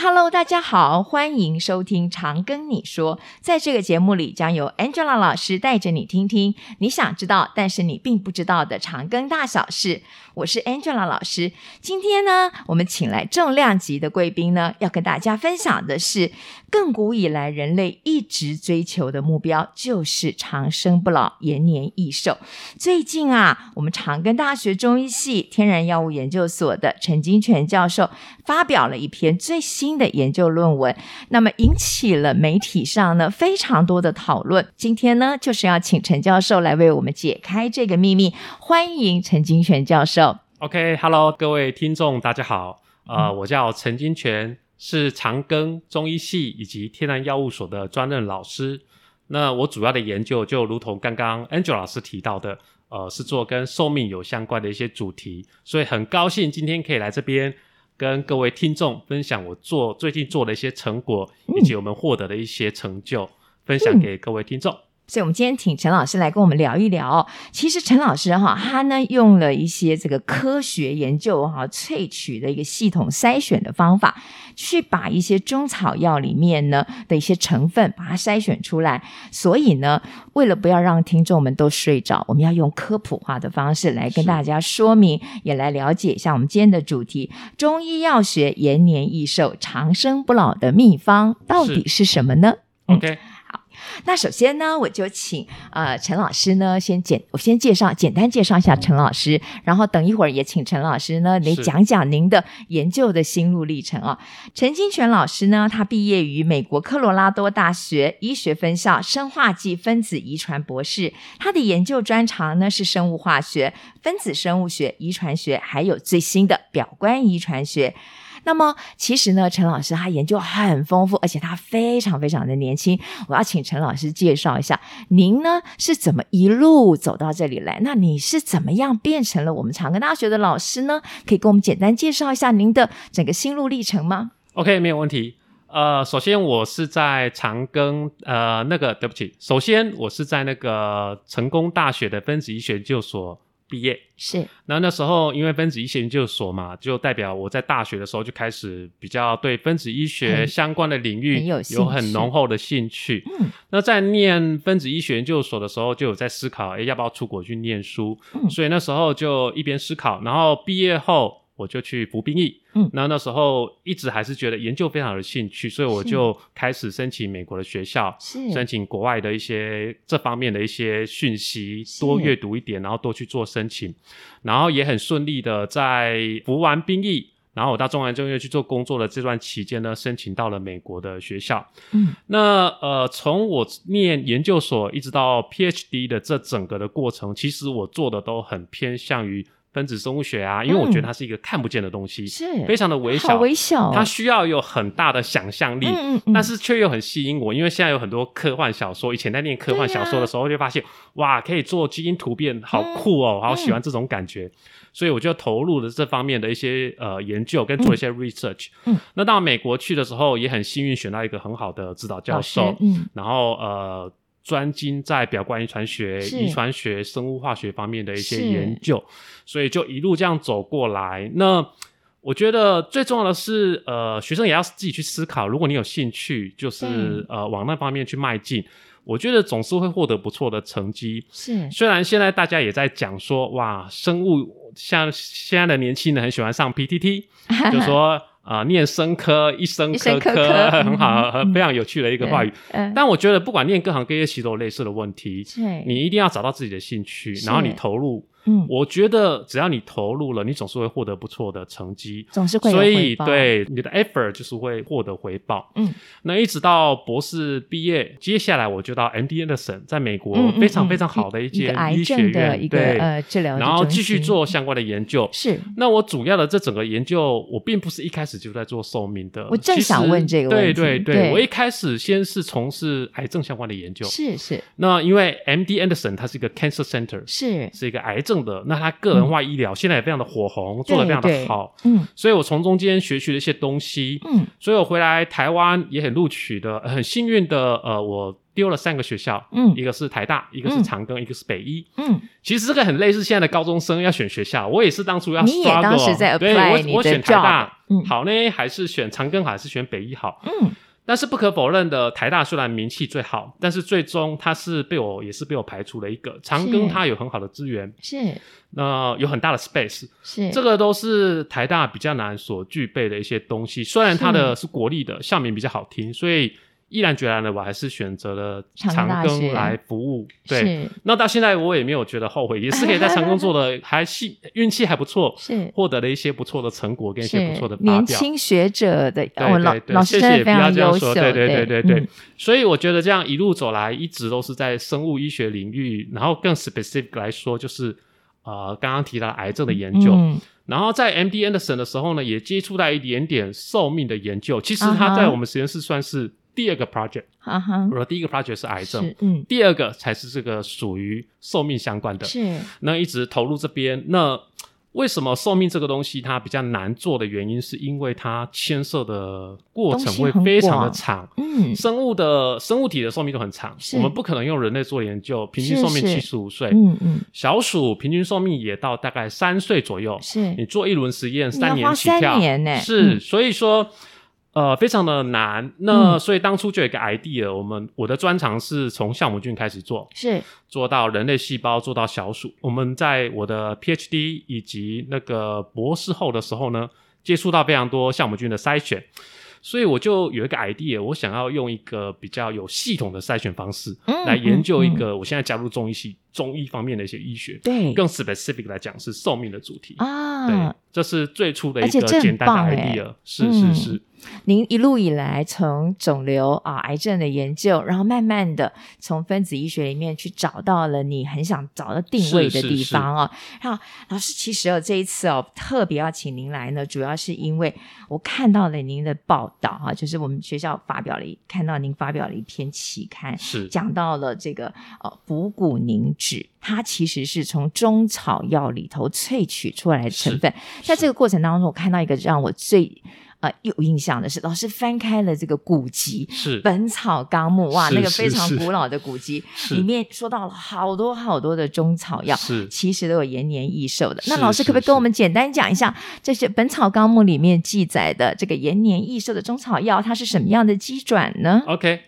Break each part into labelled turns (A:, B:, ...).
A: Hello，大家好，欢迎收听《常跟你说》。在这个节目里，将由 Angela 老师带着你听听你想知道，但是你并不知道的长庚大小事。我是 Angela 老师。今天呢，我们请来重量级的贵宾呢，要跟大家分享的是，亘古以来人类一直追求的目标就是长生不老、延年益寿。最近啊，我们长庚大学中医系天然药物研究所的陈金泉教授发表了一篇最新的研究论文，那么引起了媒体上呢非常多的讨论。今天呢，就是要请陈教授来为我们解开这个秘密。欢迎陈金泉教授。
B: OK，Hello，、各位听众，大家好。呃，我叫陈金泉，是长庚中医系以及天然药物所的专任老师。那我主要的研究就如同刚刚 Angel 老师提到的，呃，是做跟寿命有相关的一些主题，所以很高兴今天可以来这边跟各位听众分享我做最近做的一些成果，以及我们获得的一些成就，分享给各位听众。
A: 所以，我们今天请陈老师来跟我们聊一聊哦。其实，陈老师哈，他呢用了一些这个科学研究哈萃取的一个系统筛选的方法，去把一些中草药里面呢的一些成分把它筛选出来。所以呢，为了不要让听众们都睡着，我们要用科普化的方式来跟
B: 是
A: 大家说明，也来了解一下我们今天的主题：中医药学延年益寿、长生不老的秘方到底是什么呢？嗯
B: OK，
A: 那首先呢，我就请呃陈老师呢先简我先介绍简单介绍一下陈老师，然后等一会儿也请陈老师呢来
B: 是
A: 讲讲您的研究的心路历程啊。陈金泉老师呢，他毕业于美国科罗拉多大学医学分校生化剂分子遗传博士，他的研究专长呢是生物化学、分子生物学、遗传学，还有最新的表观遗传学。那么，其实呢，陈老师他研究很丰富，而且他非常非常的年轻。我要请陈老师介绍一下，您呢是怎么一路走到这里来？那你是怎么样变成了我们长庚大学的老师呢？可以给我们简单介绍一下您的整个心路历程吗？
B: OK，没有问题。呃，首先我是在长庚，呃，那个对不起，首先我是在那个成功大学的分子医学研究所毕业。
A: 是，
B: 那那时候因为分子医学研究所嘛，就代表我在大学的时候就开始比较对分子医学
A: 很
B: 相关的领域
A: 很有兴
B: 有很
A: 趣
B: 浓厚的兴趣。
A: 嗯
B: 那在念分子医学研究所的时候，就有在思考，诶，要不要出国去念书？
A: 嗯
B: 所以那时候就一边思考，然后毕业后我就去服兵役。
A: 嗯
B: 那那时候一直还是觉得研究非常有兴趣，所以我
A: 是
B: 就开始申请美国的学校，
A: 是
B: 申请国外的一些这方面的一些讯息
A: 是，
B: 多阅读一点，然后多去做申请，然后也很顺利的在服完兵役。然后我到中南中医院去做工作的这段期间呢，申请到了美国的学校。
A: 嗯
B: 那呃，从我念研究所一直到 PhD 的这整个的过程，其实我做的都很偏向于分子生物学啊，因为我觉得它是一个看不见的东西，
A: 嗯是
B: 非常的微
A: 好
B: 小，
A: 微小哦，
B: 它需要有很大的想象力。
A: 嗯嗯嗯，
B: 但是却又很吸引我，因为现在有很多科幻小说，以前在念科幻小说的时候，就发现、哇，可以做基因突变，好酷哦，好
A: 嗯
B: 喜欢这种感觉，所以我就投入了这方面的一些呃研究，跟做一些 research。
A: 嗯
B: 那到美国去的时候，也很幸运选到一个很好的指导教
A: 老师
B: 授，
A: 嗯
B: 然后呃。专精在表观遗传学、
A: 是
B: 遗传学、生物化学方面的一些
A: 是
B: 研究，所以就一路这样走过来。那我觉得最重要的是，呃，学生也要自己去思考，如果你有兴趣，
A: 嗯
B: 就是呃往那方面去迈进，我觉得总是会获得不错的成绩。
A: 是
B: 虽然现在大家也在讲说，哇，生物像现在的年轻人很喜欢上 PTT，就说啊、呃念生科一生
A: 一生
B: 科
A: 科
B: 科
A: 科
B: 很好，
A: 嗯
B: 非常有趣的一个话语。
A: 嗯，
B: 但我觉得不管念各行各业，其实都有类似的问题。
A: 对
B: 你一定要找到自己的兴趣，
A: 是
B: 然后你投入。
A: 嗯
B: 我觉得只要你投入了，你总是会获得不错的成绩。
A: 总是会有
B: 所以，
A: 回报
B: 对你的 effort 就是会获得回报。
A: 嗯，
B: 那一直到博士毕业，接下来我就到 MD Anderson，在美国
A: 嗯嗯
B: 非常
A: 嗯
B: 非常好的一
A: 个
B: 间
A: 癌
B: 医学
A: 症的
B: 院，
A: 一个
B: 对，
A: 呃治疗的中心，
B: 然后继续做相关的研究。
A: 是
B: 那我主要的这整个研究，我并不是一开始就在做寿命的。
A: 我正
B: 其实
A: 想问这个问题
B: 对对对，
A: 对
B: 我一开始先是从事癌症相关的研究。
A: 是是
B: 那因为 MD Anderson 它是一个 cancer center，
A: 是，嗯
B: 是一个癌症的，那它个人化医疗现在也非常的火红，做的非常
A: 对
B: 的好。
A: 嗯
B: 所以我从中间学习了一些东西，
A: 嗯
B: 所以我回来台湾也很录取的，呃很幸运的，呃，我丢了三个学校，
A: 嗯
B: 一个是台大，一个是
A: 嗯
B: 长庚，一个是北医。
A: 嗯，
B: 其实这个很类似现在的高中生要选学校，我也是当初要
A: 你也
B: struggle，啊
A: 当时在
B: 对
A: apply
B: 我我
A: 你的
B: 选台大
A: job，嗯
B: 好呢，还是选长庚好，还是选北医好？
A: 嗯，
B: 但是不可否认的，台大虽然名气最好，但是最终它是被我也是被我排除了一个。长庚
A: 是
B: 它有很好的资源，
A: 是
B: 那、有很大的 space，
A: 是
B: 这
A: 个
B: 个都是台大比较难所具备的一些东西。虽然它的是国立的，校名比较好听，所以毅然决然的我还是选择了
A: 长庚
B: 长
A: 大学
B: 庚来服务。对，那到现在我也没有觉得后悔，也是可以在长庚做 的还幸运气还不错，
A: 是
B: 获得了一些不错的成果跟一些
A: 是
B: 不错的发
A: 年
B: 表。
A: 轻学者的，
B: 对
A: 哦老
B: 对对
A: 老
B: 谢
A: 师真
B: 谢，
A: 的
B: 不
A: 非
B: 要
A: 常
B: 这样
A: 优
B: 说，
A: 秀，
B: 对对对对对
A: 嗯。
B: 所以我觉得这样一路走来，一直都是在生物医学领域，然后更 specific 来说，就是呃刚刚提到癌症的研究，
A: 嗯
B: 然后在 MD Anderson 的时候呢，也接触到一点点寿命的研究。其实
A: 啊哈
B: 它在我们实验室算是第二个 project，、
A: 啊哈，
B: 我的第一个 project 是癌症
A: 是，嗯
B: 第二个才是这个属于寿命相关的。
A: 是
B: 那一直投入这边。那为什么寿命这个东西它比较难做的原因，是因为它牵涉的过程会非常的长。
A: 嗯
B: 生物的生物体的寿命都很长，
A: 是
B: 我们不可能用人类做研究，平均寿命
A: 是
B: 七
A: 是
B: 十五岁，
A: 嗯嗯
B: 小鼠平均寿命也到大概三岁左右。你
A: 是
B: 做一轮实验
A: 你要
B: 三年
A: 花
B: 起跳，
A: 三年呢
B: 是、
A: 嗯
B: 所以说。呃，非常的难。那、
A: 嗯
B: 所以当初就有一个 idea，我们我的专长是从酵母菌开始做，
A: 是
B: 做到人类细胞，做到小鼠。我们在我的 PhD 以及那个博士后的时候呢，接触到非常多酵母菌的筛选，所以我就有一个 idea，我想要用一个比较有系统的筛选方式
A: 嗯
B: 来研究一
A: 嗯嗯
B: 个我现在加入中医系中医方面的一些医学，
A: 对
B: 更 specific 来讲是寿命的主题。对
A: 啊，，
B: 这是最初的
A: 而
B: 一
A: 且
B: 个
A: 这很
B: 简单
A: 棒
B: 的
A: 欸
B: idea，是是
A: 嗯
B: 是。
A: 您一路以来从肿瘤啊、癌症的研究，然后慢慢的从分子医学里面去找到了你很想找到定位的地方哦。好，老师，其实哦这一次哦特别要请您来呢，主要是因为我看到了您的报道哈、就是我们学校发表了一看到您发表了一篇期刊，
B: 是
A: 讲到了这个呃补骨凝脂，它其实是从中草药里头萃取出来的成分。在这个过程当中，我看到一个让我最呃有印象的是，老师翻开了这个古籍。
B: 是
A: 《本草纲目》哇，
B: 是
A: 那个
B: 是
A: 非常
B: 是
A: 古老的古籍，
B: 是
A: 里面说到了好多好多的中草药，
B: 是
A: 其实都有延年益寿的。
B: 是
A: 那老师可不可以
B: 是
A: 跟我们简单讲一下，这是《本草纲目》里面记载的这个延年益寿的中草药，它是什么样的机转呢？
B: OK，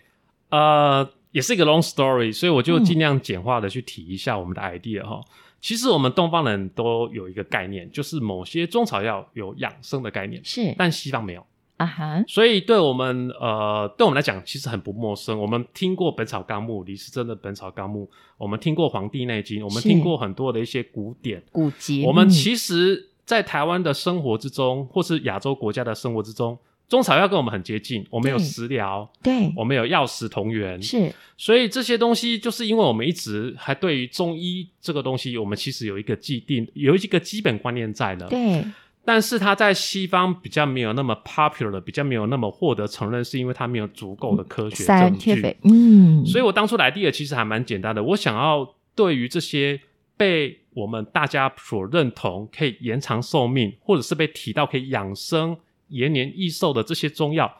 B: 呃，也是一个 long story，所以我就
A: 嗯
B: 尽量简化的去提一下我们的 idea 哈、其实我们东方人都有一个概念，就是某些中草药有养生的概念，
A: 是
B: 但西方没有，
A: 啊哈，
B: 所以对我们呃，对我们来讲其实很不陌生。我们听过《本草纲目》，李时珍的《本草纲目》，我们听过《黄帝内经》，我们
A: 是
B: 听过很多的一些古典，
A: 古籍，
B: 我们
A: 嗯
B: 其实，在台湾的生活之中，或是亚洲国家的生活之中，中草药跟我们很接近。我们有
A: 对
B: 食疗，
A: 对
B: 我们有药食同源，
A: 是
B: 所以这些东西就是因为我们一直还对于中医这个东西，我们其实有一个既定有一个基本观念在的，
A: 对
B: 但是它在西方比较没有那么 popular，比较没有那么获得承认，是因为它没有足够的科学证据
A: scientific，。嗯，
B: 所
A: 以
B: 以我当初来 idea 其实还蛮简单的，我想要对于这些被我们大家所认同可以延长寿命，或者是被提到可以养生、延年益寿的这些中药，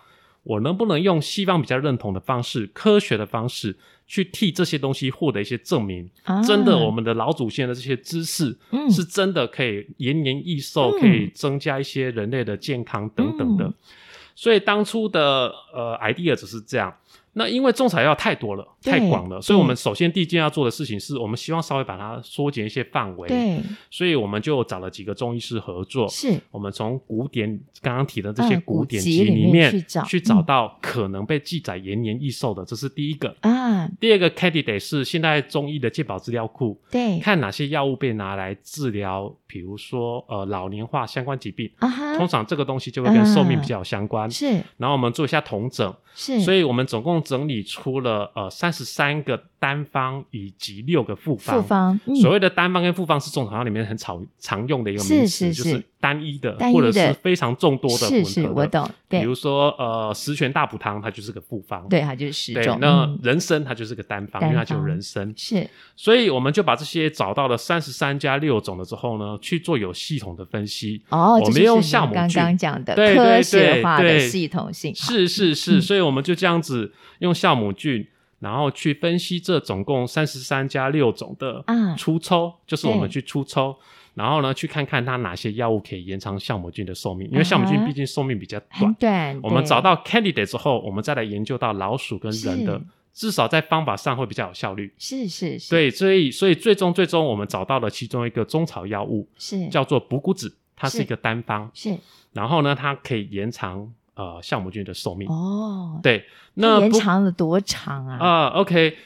B: 我能不能用西方比较认同的方式、科学的方式去替这些东西获得一些证明？真的，我们的老祖先的这些知识
A: 啊嗯
B: 是真的可以延年益寿，
A: 嗯
B: 可以增加一些人类的健康等等的
A: 嗯。
B: 所以当初的呃 idea 只是这样。那因为种草药太多了，
A: 对
B: 太广了，所以
A: 对
B: 我们首先第一件要做的事情是我们希望稍微把它缩减一些范围，
A: 对
B: 所以我们就找了几个中医师合作。
A: 是
B: 我们从古典刚刚提的这些
A: 嗯古
B: 古典
A: 籍
B: 籍
A: 里
B: 里
A: 面
B: 面
A: 去找
B: 去
A: 嗯
B: 找到可能被记载延年益寿的，这是第一个。
A: 啊，
B: 第二个 candidate 是现在中医的健保资料库，
A: 对
B: 看哪些药物被拿来治疗，比如说呃老年化相关疾病，
A: 啊哈，
B: 通常这个东西就会跟寿命比较有相关。
A: 是
B: 然后我们做一下统整，
A: 嗯是，
B: 所
A: 以
B: 以我们总共整理出了呃三十三个单方以及六个复方。
A: 复方嗯
B: 所谓的单方跟复方是中草药里面很常常用的一个
A: 是
B: 名
A: 是
B: 词，就是是单一的
A: 单一
B: 或者
A: 的
B: 是非常众多的混
A: 是
B: 合
A: 是，
B: 的
A: 我懂，
B: 比
A: 对
B: 如说呃十全大补汤，它就是个复方。
A: 对，它就是十
B: 对
A: 种，，
B: 那
A: 嗯
B: 人参它就是个单方，
A: 单
B: 因为它就有
A: 方
B: 人参。
A: 是
B: 所以我们就把这些找到了三十三加六种了之后呢，去做有系统的分析。
A: 哦，
B: 我
A: 这
B: 们
A: 就是
B: 用
A: 您
B: 酵母
A: 刚
B: 菌
A: 刚讲的呃
B: 对
A: 科
B: 对
A: 学
B: 对
A: 化的
B: 对
A: 系统性，好嗯
B: 是是是，所以我们就这样子用酵母菌，然后去分析这总共三十三加六种的
A: 嗯
B: 初抽，就是我们
A: 对
B: 去初抽，然后呢去看看它哪些药物可以延长酵母菌的寿命，因为酵母菌
A: 嗯哼
B: 毕竟寿命比较短
A: 很。短。
B: 我们
A: 对
B: 找到 candidate 之后，我们再来研究到老鼠跟人的
A: 是，
B: 至少在方法上会比较有效率。
A: 是是是，，
B: 对，所以所以最终最终我们找到了其中一个中草药物，
A: 是
B: 叫做补骨脂，它
A: 是
B: 是一个单方，
A: 是
B: 然后呢，它可以延长呃酵母菌的寿命。
A: 哦，
B: 对，
A: 那
B: 那
A: 延
B: 补
A: 长了多长啊？
B: 啊、o k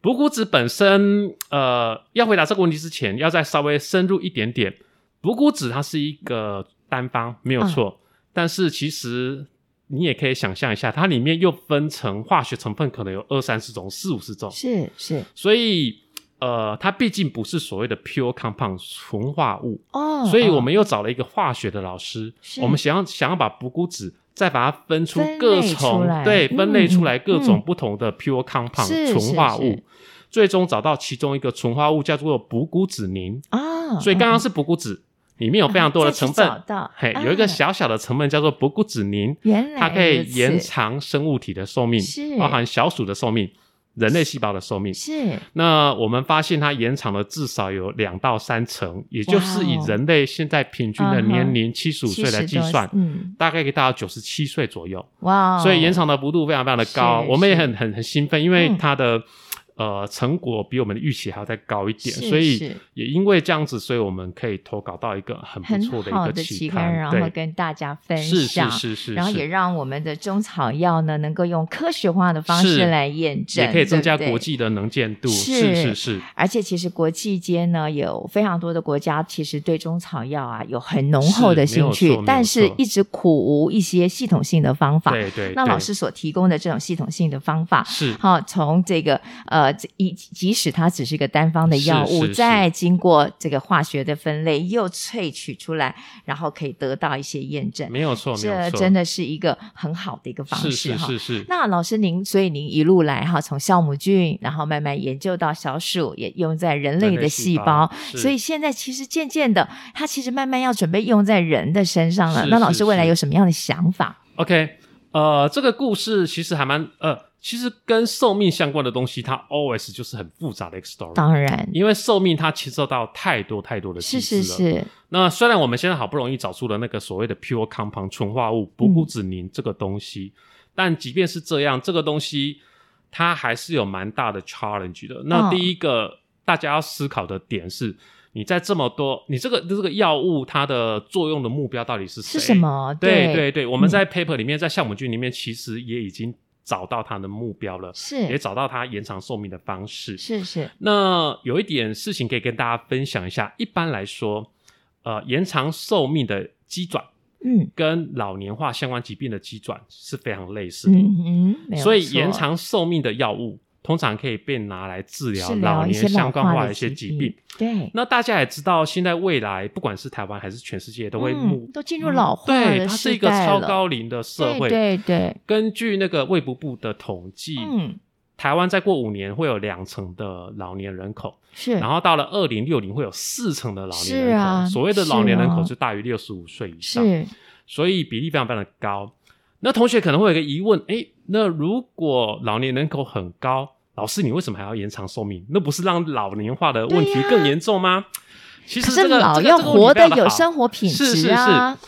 B: 补骨脂本身，呃，要回答这个问题之前，要再稍微深入一点点。补骨脂它是一个单方，没
A: 嗯
B: 有错，但是其实你也可以想象一下，它里面又分成化学成分，可能有二三十种、四五十种，
A: 是是
B: 所以呃，它毕竟不是所谓的 pure compound 纯化物，
A: 哦，
B: 所以我
A: 哦
B: 们又找了一个化学的老师，
A: 嗯是
B: 我们想要想要把补骨脂再把它分出
A: 分
B: 各
A: 类出
B: 种
A: 来
B: 对
A: 嗯
B: 分类出来
A: 嗯
B: 各种
A: 嗯
B: 不同的 pure compound、
A: 是是
B: 纯化物，
A: 是
B: 最终找到其中一个纯化物叫做补骨脂凝。
A: 啊，
B: 所以刚
A: 嗯
B: 刚是补骨脂，里面有非常多的成
A: 啊再
B: 分
A: 去找到，
B: 嘿，
A: 啊
B: 有一个小小的成分叫做补骨脂凝，
A: 嗯原来
B: 它可
A: 如
B: 以
A: 此
B: 延长生物体的寿命
A: 是，
B: 包含小鼠的寿命、人类细胞的寿命。
A: 是
B: 那我们发现它延长了至少有两到三成，也就是以
A: 哇哦
B: 人类现在平均的
A: 嗯哼
B: 年龄七十五岁来计
A: 70
B: 算
A: 多，嗯，
B: 大概可以达到九十七岁左右，
A: 哇哦，
B: 所以延长的幅度非常非常的高。
A: 是
B: 我们也很很很兴奋，因为
A: 嗯
B: 它的、呃成果比我们的预期还要再高一点，
A: 是
B: 所以
A: 是
B: 也因为这样子，所以我们可以投稿到一个很不
A: 很
B: 错的一
A: 好
B: 个
A: 的
B: 期
A: 刊，然后
B: 对，
A: 跟大家分
B: 是
A: 享
B: 是。是是，
A: 然后
B: 是
A: 也让我们的中草药呢，能够用科学化的方式
B: 是
A: 来验证，
B: 也可以增加
A: 对不对
B: 国际的能见度，
A: 是
B: 是是。
A: 而且其实国际间呢，有非常多的国家其实对中草药啊有很浓厚的兴
B: 是没有
A: 趣
B: 错，
A: 但
B: 没
A: 是
B: 有错
A: 一直苦无一些系统性的方法。
B: 对对，
A: 那老
B: 对
A: 师所提供的这种系统性的方法。
B: 是
A: 好，从这个呃，以即使它只是一个单方的药
B: 是
A: 物，
B: 是是
A: 再经过这个化学的分类，又萃取出来，然后可以得到一些验证。
B: 没有错，没有
A: 这
B: 错，
A: 真的是一个很好的一个方
B: 是
A: 式
B: 是
A: 哈。
B: 是是，
A: 那老师您，所以您一路来哈，从酵母菌，然后慢慢研究到小鼠，也用在人类
B: 人类
A: 的
B: 细
A: 细
B: 胞
A: 胞，
B: 是
A: 所以现在其实渐渐的，它其实慢慢要准备用在人的身上了。
B: 是
A: 那老
B: 是
A: 师未来
B: 是
A: 有什么样的想法？
B: OK，呃，这个故事其实还蛮呃，其实跟寿命相关的东西，它 always 就是很复杂的一个 story。
A: 当然，
B: 因为寿命它牵涉到太多太多的机
A: 是
B: 制了。
A: 是是，
B: 那虽然我们现在好不容易找出了那个所谓的 pure compound 纯化物不固脂凝这个东西，但即便是这样，这个东西它还是有蛮大的 challenge 的。那
A: 嗯
B: 第一个、大家要思考的点是，你在这么多，你这个这个药物它的作用的目标到底是
A: 是什
B: 谁
A: 么？
B: 对
A: 对，
B: 对
A: 嗯
B: 对，我们在 paper 里面，在酵母菌里面，其实也已经找到它的目标了，也
A: 是
B: 找到它延长寿命的方式。
A: 是是，
B: 那有一点事情可以跟大家分享一下，一般来说，呃，延长寿命的机转
A: 嗯
B: 跟老年化相关疾病的机转是非常类似的，
A: 嗯嗯，没有
B: 所以
A: 错
B: 延长寿命的药物通常可以被拿来治疗
A: 是
B: 老
A: 聊一
B: 年
A: 些
B: 相
A: 老
B: 关化
A: 化
B: 的一些疾病
A: 病。，对，
B: 那大家也知道，现在未来不管是台湾还是全世界，都会目
A: 嗯都进入老化
B: 对，
A: 的
B: 它是
A: 时
B: 一个
A: 代
B: 超
A: 了
B: 高龄的社
A: 对
B: 会。
A: 对对，
B: 根据那个卫福部的统计，
A: 嗯
B: 台湾再过五年会有两成的老年人口，
A: 是，
B: 然后到了二零六零会有四成的老年
A: 是
B: 人口。
A: 啊
B: 所谓的老年人口
A: 是啊
B: 是大于六十五岁以上，
A: 是
B: 所以比例非常非常的高。那同学可能会有一个疑问，诶，那如果老年人口很高，老师你为什么还要延长寿命？那不是让老年化的问题
A: 对呀
B: 更严重吗？其
A: 可是
B: 实这个
A: 老
B: 这个
A: 要
B: 这个问题
A: 活
B: 非常
A: 得
B: 地
A: 有
B: 好
A: 生活品
B: 是是
A: 质啊，
B: 是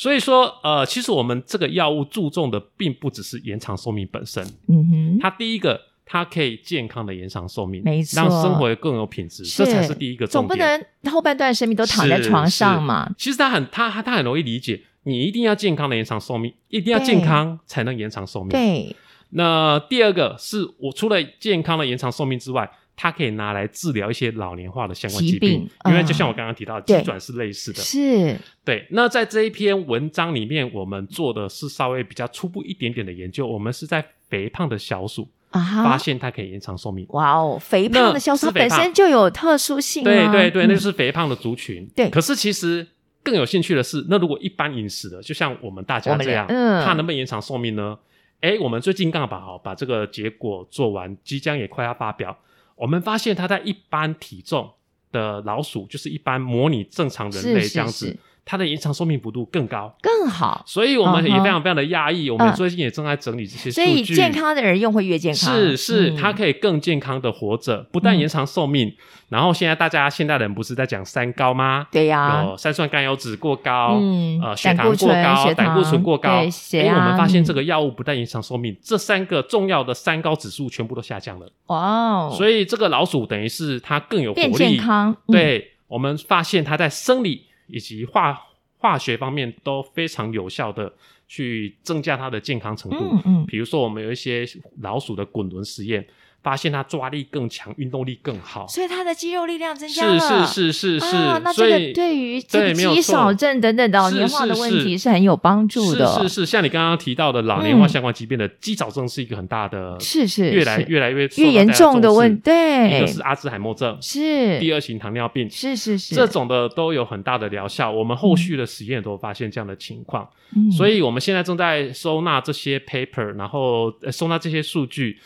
B: 所以说，呃，其实我们这个药物注重的并不只是延长寿命本身，
A: 嗯哼，
B: 它第一个，它可以健康的延长寿命，
A: 没错
B: 让生活更有品质，这才是第一个重
A: 总
B: 点。
A: 不能后半段生命都躺在床上嘛
B: 是。是其实它很，它它它很容易理解，你一定要健康的延长寿命，一定要
A: 对
B: 健康才能延长寿命。，
A: 对，
B: 那第二个是我除了健康的延长寿命之外。它可以拿来治疗一些老年化的相关
A: 疾
B: 疾病，
A: 病
B: 因为
A: 嗯
B: 就像我刚刚提到，
A: 对
B: 机转是类似的。
A: 是
B: 对，那在这一篇文章里面，我们做的是稍微比较初步一点点的研究。我们是在肥胖的小鼠
A: 啊
B: 发
A: 哈，
B: 现它可以延长寿命。
A: 哇哦，肥胖的消
B: 那
A: 瘦
B: 是肥
A: 本
B: 胖
A: 身就有特殊性、啊，
B: 对对对，那
A: 嗯
B: 就是肥胖的族群。
A: 对
B: 可是其实更有兴趣的是，那如果一般饮食的，就像我们大
A: 我
B: 家
A: 们
B: 这样，
A: 嗯
B: 它能不能延长寿命呢？哎，我们最近刚好把好把这个结果做完，即将也快要发表。我们发现它在一般体重的老鼠，就是一般模拟正常人类
A: 是
B: 这样
A: 是
B: 子，
A: 是
B: 它的延长寿命幅度更高。
A: 更好。
B: 所以我们也
A: 嗯哼
B: 非常非常的压抑，我
A: 嗯
B: 们最近也正在整理这些数
A: 所以
B: 据。
A: 健康的人用会越健康，
B: 是是，
A: 嗯
B: 它可以更健康的活着，不但
A: 嗯
B: 延长寿命，然后现在大家现代人不是在讲三高吗？
A: 对呀、
B: 有三酸甘油脂过高，
A: 啊嗯
B: 呃，血
A: 胆
B: 糖
A: 固
B: 过
A: 醇
B: 高，
A: 血
B: 胆固醇
A: 糖
B: 过高
A: 对，血
B: 诶我们
A: 压
B: 发现这
A: 嗯
B: 个药物不但影响寿命，这三个重要的三高指数全部都下降了，
A: 哇哦，
B: 所以这个老鼠等于是它更有活
A: 变
B: 力，
A: 健康，嗯，
B: 对我们发现它在生理以及化化学方面都非常有效的去增加它的健康程度。
A: 嗯嗯，
B: 比如说，我们有一些老鼠的滚轮实验，发现它抓力更强，运动力更好。
A: 所以他的肌肉力量增加
B: 是
A: 了，
B: 是是是是，
A: 啊，那
B: 所
A: 这
B: 以
A: 个对于这个
B: 对没有
A: 肌
B: 错
A: 少症等等的老
B: 是
A: 年化的
B: 是
A: 问
B: 是
A: 题是很有帮助的，
B: 是是是，像你刚刚提到的老年化
A: 嗯
B: 相关疾病的肌少症是一个很大的，
A: 是是
B: 越来
A: 是
B: 越来越受
A: 越
B: 到
A: 严
B: 大家
A: 重的
B: 重视
A: 问，
B: 一
A: 对
B: 个，是阿兹海默症，
A: 是
B: 第二型糖尿病，
A: 是是是
B: 这，种的都有很大的疗效。我们后续的实验都发现这样的情况，
A: 嗯
B: 所以我们现在正在收纳这些 paper，然后、呃、收纳这些数据。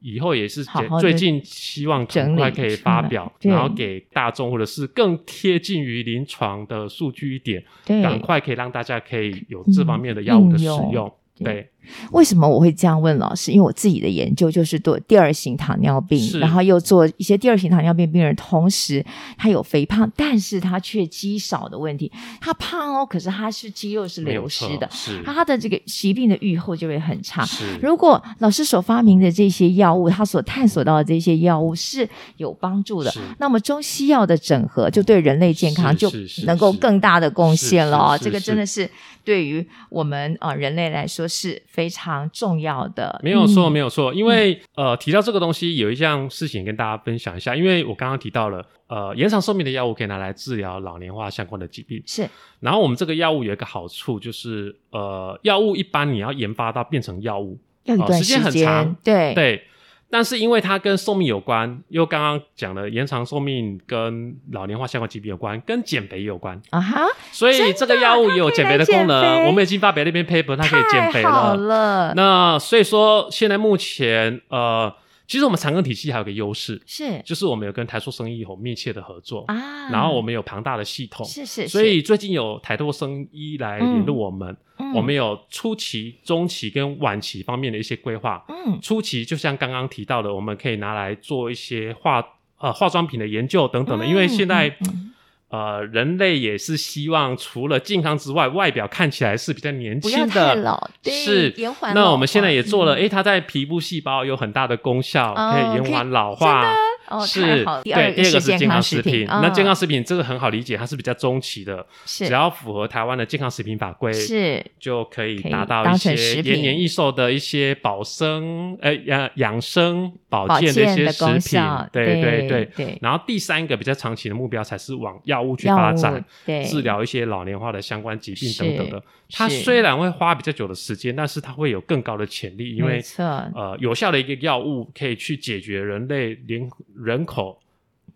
B: 以后也是
A: 好
B: 解
A: 好地
B: 最近希望
A: 整
B: 很快
A: 理
B: 可以
A: 出
B: 发
A: 来
B: 表，
A: 对
B: 然后给大众或者是更贴近于临床的数据一点，
A: 对，
B: 赶快可以让大家可以有这方面的药物的使
A: 应
B: 用
A: 用。
B: 对，
A: 为什么我会这样问老师？因为我自己的研究就是做第二型糖尿病，
B: 是
A: 然后又做一些第二型糖尿病病人，同时他有肥胖，但是他却肌少的问题。他胖哦，可是他是肌肉是
B: 没有
A: 流失
B: 错
A: 的，
B: 是
A: 他的这个疾病的预后就会很差。
B: 是
A: 如果老师所发明的这些药物，他所探索到的这些药物是有帮助的
B: 是，
A: 那么中西药的整合就对人类健康
B: 是
A: 就是
B: 是
A: 能够更大的贡献了哦。
B: 是是是
A: 这个真的是对于我们啊、呃人类来说是非常重要的。
B: 没有错，
A: 嗯
B: 没有错。因为呃，提到这个东西，有一项事情跟大家分享一下，因为我刚刚提到了，呃，延长寿命的药物可以拿来治疗老年化相关的疾病。
A: 是
B: 然后我们这个药物有一个好处就是，呃，药物一般你要研发到变成药物，
A: 要一
B: 哦
A: 段
B: 时间很长
A: 对
B: 对。但是因为它跟寿命有关，又刚刚讲了延长寿命跟老年化相关疾病有关，跟减肥有关，
A: 啊哈，
B: 所以这个药物也有减肥的功
A: 它可以来减
B: 能。
A: 肥
B: 我们已经发表了一篇 paper，它可以减肥
A: 太好了，
B: 那所以说，现在目前呃，其实我们长庚体系还有个优势，
A: 是
B: 就是我们有跟台塑生医有密切的合作，
A: 啊，
B: 然后我们有庞大的系统，
A: 是是，
B: 所以最近有台塑生医来联
A: 嗯
B: 络我们，
A: 是
B: 我们有初期、中期跟晚期方面的一些规划。
A: 嗯
B: 初期就像刚刚提到的，我们可以拿来做一些化呃化妆品的研究等等的，因为现在。
A: 嗯嗯
B: 呃，人类也是希望除了健康之外，外表看起来是比较年
A: 不
B: 轻
A: 要
B: 的，
A: 太老，对
B: 是
A: 延缓
B: 那
A: 老
B: 我们现在
A: 化
B: 也做了，
A: 嗯
B: 诶，它在皮肤细胞有很大的功效，
A: 哦
B: 可以延缓老化。
A: 哦，太
B: 是
A: 好了，，
B: 对，
A: 二
B: 第二
A: 是
B: 个是健
A: 康
B: 康
A: 食
B: 食品。那
A: 嗯
B: 健康食品这个很好理解，它是比较中期的，
A: 是
B: 只要符合台湾的健康食品法规，
A: 是
B: 就可以
A: 可以
B: 达到
A: 当
B: 一
A: 成
B: 些
A: 食
B: 延
A: 品
B: 年益寿的一些保生、呃养养生保
A: 保
B: 健的一
A: 健
B: 些
A: 的
B: 食
A: 功
B: 品
A: 效，，
B: 对
A: 对
B: 对。
A: 对，
B: 然后第三个比较长期的目标才是往药物去
A: 药
B: 发
A: 物
B: 展，
A: 对
B: 治疗一些老年化的相关疾病等等的。
A: 是
B: 它
A: 是
B: 虽然会花比较久的时间，但是它会有更高的潜力，因
A: 没
B: 为
A: 错
B: 呃有效的一个药物可以去解决人类人人口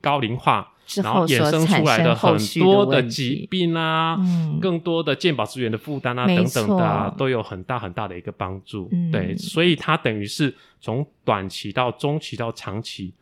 B: 高龄化，
A: 之
B: 然后
A: 后
B: 衍
A: 所
B: 生出
A: 产
B: 来
A: 生
B: 很
A: 后续
B: 多的
A: 问
B: 疾
A: 题，
B: 病啊，
A: 嗯
B: 更多的健保资源的负担啊
A: 没
B: 等等的、啊
A: 错，
B: 都有很大很大的一个帮助。
A: 嗯
B: 对，所以它等于是从短期到中期到长期。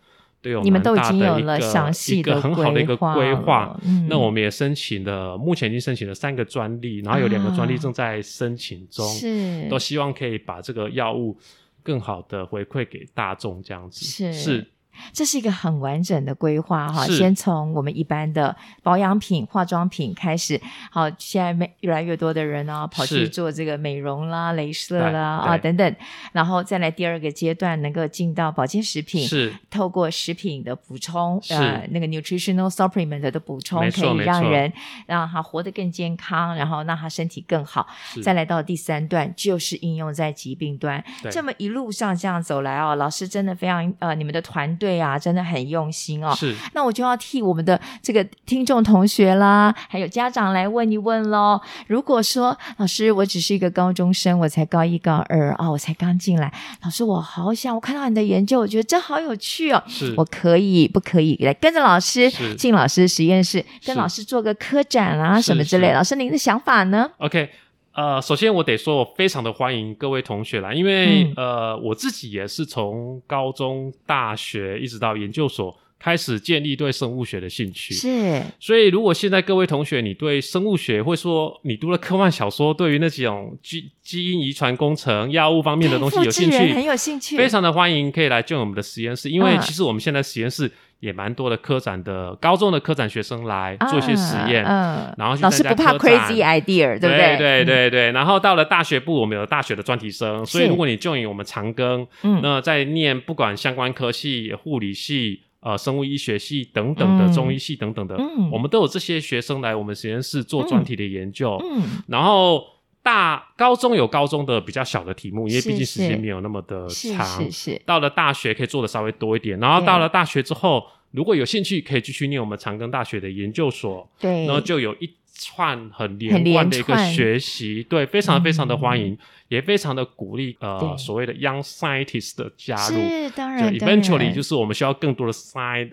B: 都有
A: 你们
B: 蛮
A: 都已
B: 大
A: 经
B: 的
A: 有
B: 一
A: 了
B: 个
A: 详
B: 一
A: 细
B: 个
A: 的
B: 很好的一个规划
A: 了，嗯
B: 那我们也申请了，目前已经申请了三个专利，然后有两个专利正在申请中，
A: 是
B: 都希望可以把这个药物更好的回馈给大众，这样子
A: 是
B: 是
A: 这是一个很完整的规划哈，
B: 是
A: 先从我们一般的保养品、化妆品开始。好，现在每越来越多的人呢、跑去
B: 是
A: 做这个美容啦、镭射
B: 对
A: 啦啊
B: 对
A: 等等，然后再来第二个阶段，能够进到保健食品，
B: 是
A: 透过食品的补充，
B: 是
A: 呃，那个 nutritional supplement 的补充，
B: 没
A: 可
B: 错
A: 以
B: 没
A: 让
B: 错
A: 人让他活得更健康，然后让他身体更好。
B: 是
A: 再来到第三段，就是应用在疾病端。
B: 对
A: 这么一路上这样走来哦，老师真的非常呃，你们的团队啊，真的很用心哦。
B: 是
A: 那我就要替我们的这个听众同学啦，还有家长来问一问喽。如果说老师，我只是一个高中生，我才高一高二啊、我才刚进来，老师我好想，我看到你的研究，我觉得这好有趣哦。
B: 是
A: 我可以不可以来跟着老师
B: 是
A: 进老师实验室，跟
B: 是
A: 老师做个科展啊
B: 是
A: 什么之类
B: 是
A: 的？老师您的想法呢？
B: OK。呃，首先我得说，我非常的欢迎各位同学啦，因为、
A: 嗯
B: 呃，我自己也是从高中、大学一直到研究所开始建立对生物学的兴趣。
A: 是，
B: 所以，如果现在各位同学你对生物学，或者说你读了科幻小说，对于那种基基因遗传工程、药物方面的
A: 对
B: 东西
A: 复
B: 有
A: 制
B: 兴
A: 人
B: 趣，
A: 很有兴趣
B: 非常的欢迎可以来 join 我们的实验室，因为
A: 嗯
B: 其实我们现在实验室也蛮多的科展的高中的科展学生来
A: 啊
B: 做一些实验，
A: 嗯，
B: 然后去
A: 老师
B: 参
A: 不
B: 加
A: 怕
B: 科展
A: crazy idea，不对？
B: 对对
A: 嗯，
B: 对对然后到了大学部，我们有大学的专题生，所以
A: 是
B: 如果你 join 我们长庚，
A: 嗯
B: 那在念不管相关科系、护理系、呃生物医学系等等的、
A: 嗯
B: 中医系等等的，
A: 嗯
B: 我们都有这些学生来我们实验室做专题的研究。
A: 嗯，
B: 然后大高中有高中的比较小的题目，因为
A: 是
B: 毕竟时
A: 是
B: 间没有那么的
A: 是
B: 长。
A: 是是，
B: 到了大学可以做的稍微多一点，然后
A: 对
B: 到了大学之后，如果有兴趣，可以继续念我们长庚大学的研究所，
A: 对，
B: 然后就有一串很
A: 嗯很
B: 连
A: 连
B: 贯的一个
A: 串
B: 学习，对，非常非常的欢迎，
A: 嗯
B: 也非常的鼓励
A: 对
B: 呃所谓的 young scientist 的加入。
A: 是当
B: 就
A: 然当然
B: eventually 就是我们需要更多的 science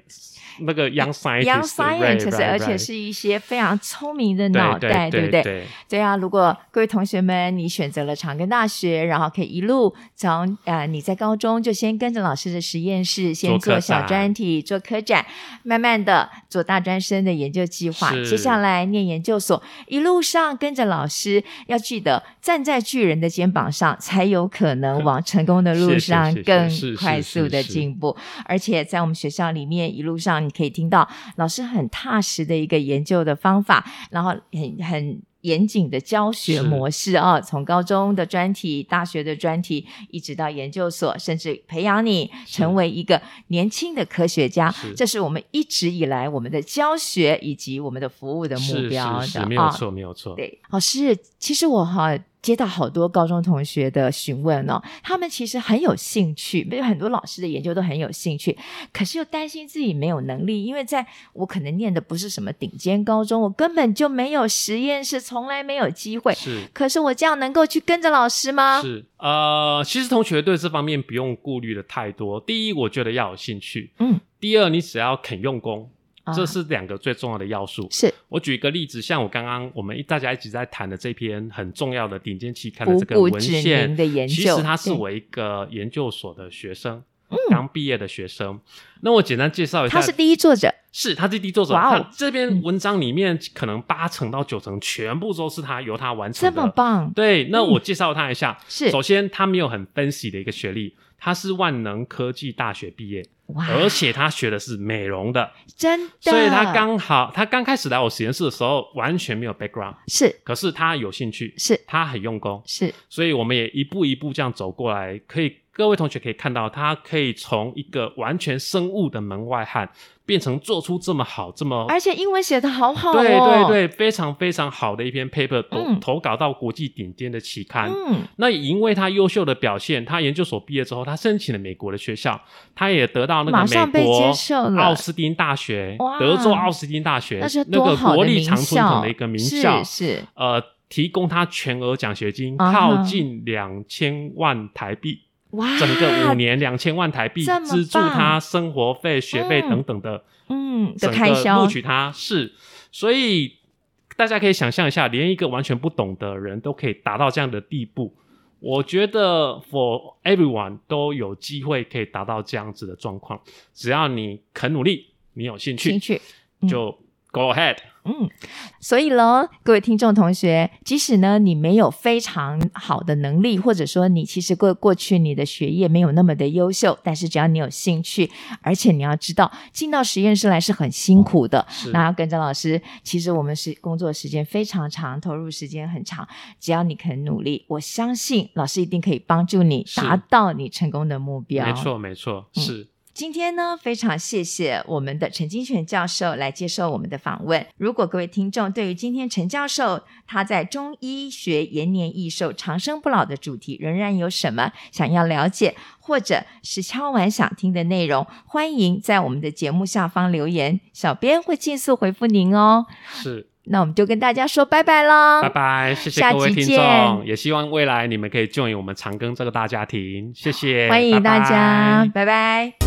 B: 那个 young
A: young
B: scientist，right,
A: scientist，
B: right,
A: 而且
B: right
A: 是一些非常聪明的
B: 对
A: 脑
B: 对
A: 袋，
B: 对
A: 不对？
B: 对
A: 对啊，如果各位同学们你选择了长庚大学，然后可以一路从呃你在高中就先跟着老师的实验室先
B: 做
A: 做
B: 科
A: 小
B: 展
A: 专题、做科展，慢慢的做大专生的研究计划，
B: 是
A: 接下来念研究所，一路上跟着老师，要记得站在巨人的肩膀上，才有可能往成功的路
B: 是是
A: 上
B: 是是
A: 更
B: 是是
A: 快
B: 是
A: 速的
B: 是
A: 进步。而且在我们学校里面，一路上你可以听到老师很踏实的一个研究的方法，然后很很。严谨的教学
B: 是
A: 模式啊，从高中的专题、大学的专题，一直到研究所，甚至培养你
B: 是
A: 成为一个年轻的科学家，
B: 是
A: 这是我们一直以来我们的教学以及我们的服务的目
B: 是
A: 标
B: 是
A: 的
B: 是，没有
A: 啊。
B: 错没有错，
A: 对，老师，其实我哈、接到好多高中同学的询问哦，他们其实很有兴趣，因为很多老师的研究都很有兴趣，可是又担心自己没有能力，因为在我可能念的不是什么顶尖高中，我根本就没有实验室，从来没有机会。啊
B: 是
A: 可是我这样能够去跟着老师吗？
B: 是，呃，其实同学对这方面不用顾虑的太多。第一，我觉得要有兴趣；
A: 嗯，
B: 第二，你只要肯用功，
A: 啊
B: 这是两个最重要的要素。
A: 是
B: 我举一个例子，像我刚刚我们一大家一直在谈的这篇很重要的顶尖期刊的
A: 不
B: 这个
A: 顾
B: 文
A: 指
B: 献
A: 明，的研究，
B: 其实他是
A: 对嗯
B: 我一个研究所的学生，刚毕业的学生。那我简单介绍一下，
A: 他是第一作者，
B: 是他是第一作者。
A: 哇哦
B: 他这篇文章里面可能八成到九成全部都是他由他完
A: 这
B: 成的。
A: 么棒，
B: 对，那
A: 嗯
B: 我介绍他一下。
A: 是
B: 首先他没有很分析的一个学历，他是万能科技大学毕业，
A: 哇，
B: 而且他学的是美容的，
A: 真的，
B: 所以他刚好他刚开始来我实验室的时候完全没有 background，
A: 是
B: 可是他有兴趣，
A: 是
B: 他很用功，
A: 是
B: 所以我们也一步一步这样走过来，可以各位同学可以看到，他可以从一个完全生物的门外汉，变成做出这么好这么
A: 而且英文写的好好、哦，
B: 对对，对，非常非常好的一篇 paper，投、
A: 嗯
B: 投稿到国际顶尖的期刊。
A: 嗯，
B: 那也因为他优秀的表现，他研究所毕业之后，他申请了美国的学校，他也得到那
A: 马
B: 个
A: 上
B: 美
A: 被接
B: 国
A: 受了
B: 奥斯汀大学
A: 哇、
B: 德州奥斯汀大学
A: 那是
B: 那
A: 多
B: 个
A: 好
B: 国
A: 的
B: 立
A: 名
B: 常春
A: 校
B: 藤的一个名校，
A: 是是
B: 呃，提供他全额奖学金，
A: 啊哈
B: 靠近两千万台币，
A: 哇，
B: 整个五，年两千万台币
A: 这么
B: 资助
A: 棒
B: 他生活费、学费等等的。
A: 嗯的
B: 整
A: 开
B: 个
A: 销
B: 录取他是，所以大家可以想象一下，连一个完全不懂的人都可以达到这样的地步，我觉得 for everyone 都有机会可以达到这样子的状况，只要你肯努力，你有兴趣
A: 兴趣。嗯
B: 就 go ahead。
A: 嗯，所以喽，各位听众同学，即使呢你没有非常好的能力，或者说你其实过过去你的学业没有那么的优秀，但是只要你有兴趣，而且你要知道进到实验室来是很辛苦的。
B: 是
A: 那要跟张老师，其实我们是工作时间非常长，投入时间很长，只要你肯努力，我相信老师一定可以帮助你
B: 是
A: 达到你成功的目标。
B: 没错，没错，
A: 嗯
B: 是
A: 今天呢，非常谢谢我们的陈金泉教授来接受我们的访问。如果各位听众对于今天陈教授他在中医学延年益寿、长生不老的主题仍然有什么想要了解，或者是敲完想听的内容，欢迎在我们的节目下方留言，小编会尽速回复您哦。
B: 是，
A: 那我们就跟大家说拜拜喽，
B: 拜。拜，谢谢
A: 下
B: 各位
A: 集
B: 听
A: 见
B: 众，也希望未来你们可以 join 我们长庚这个大家庭，谢谢，
A: 欢迎
B: 拜
A: 大
B: 拜
A: 家，拜拜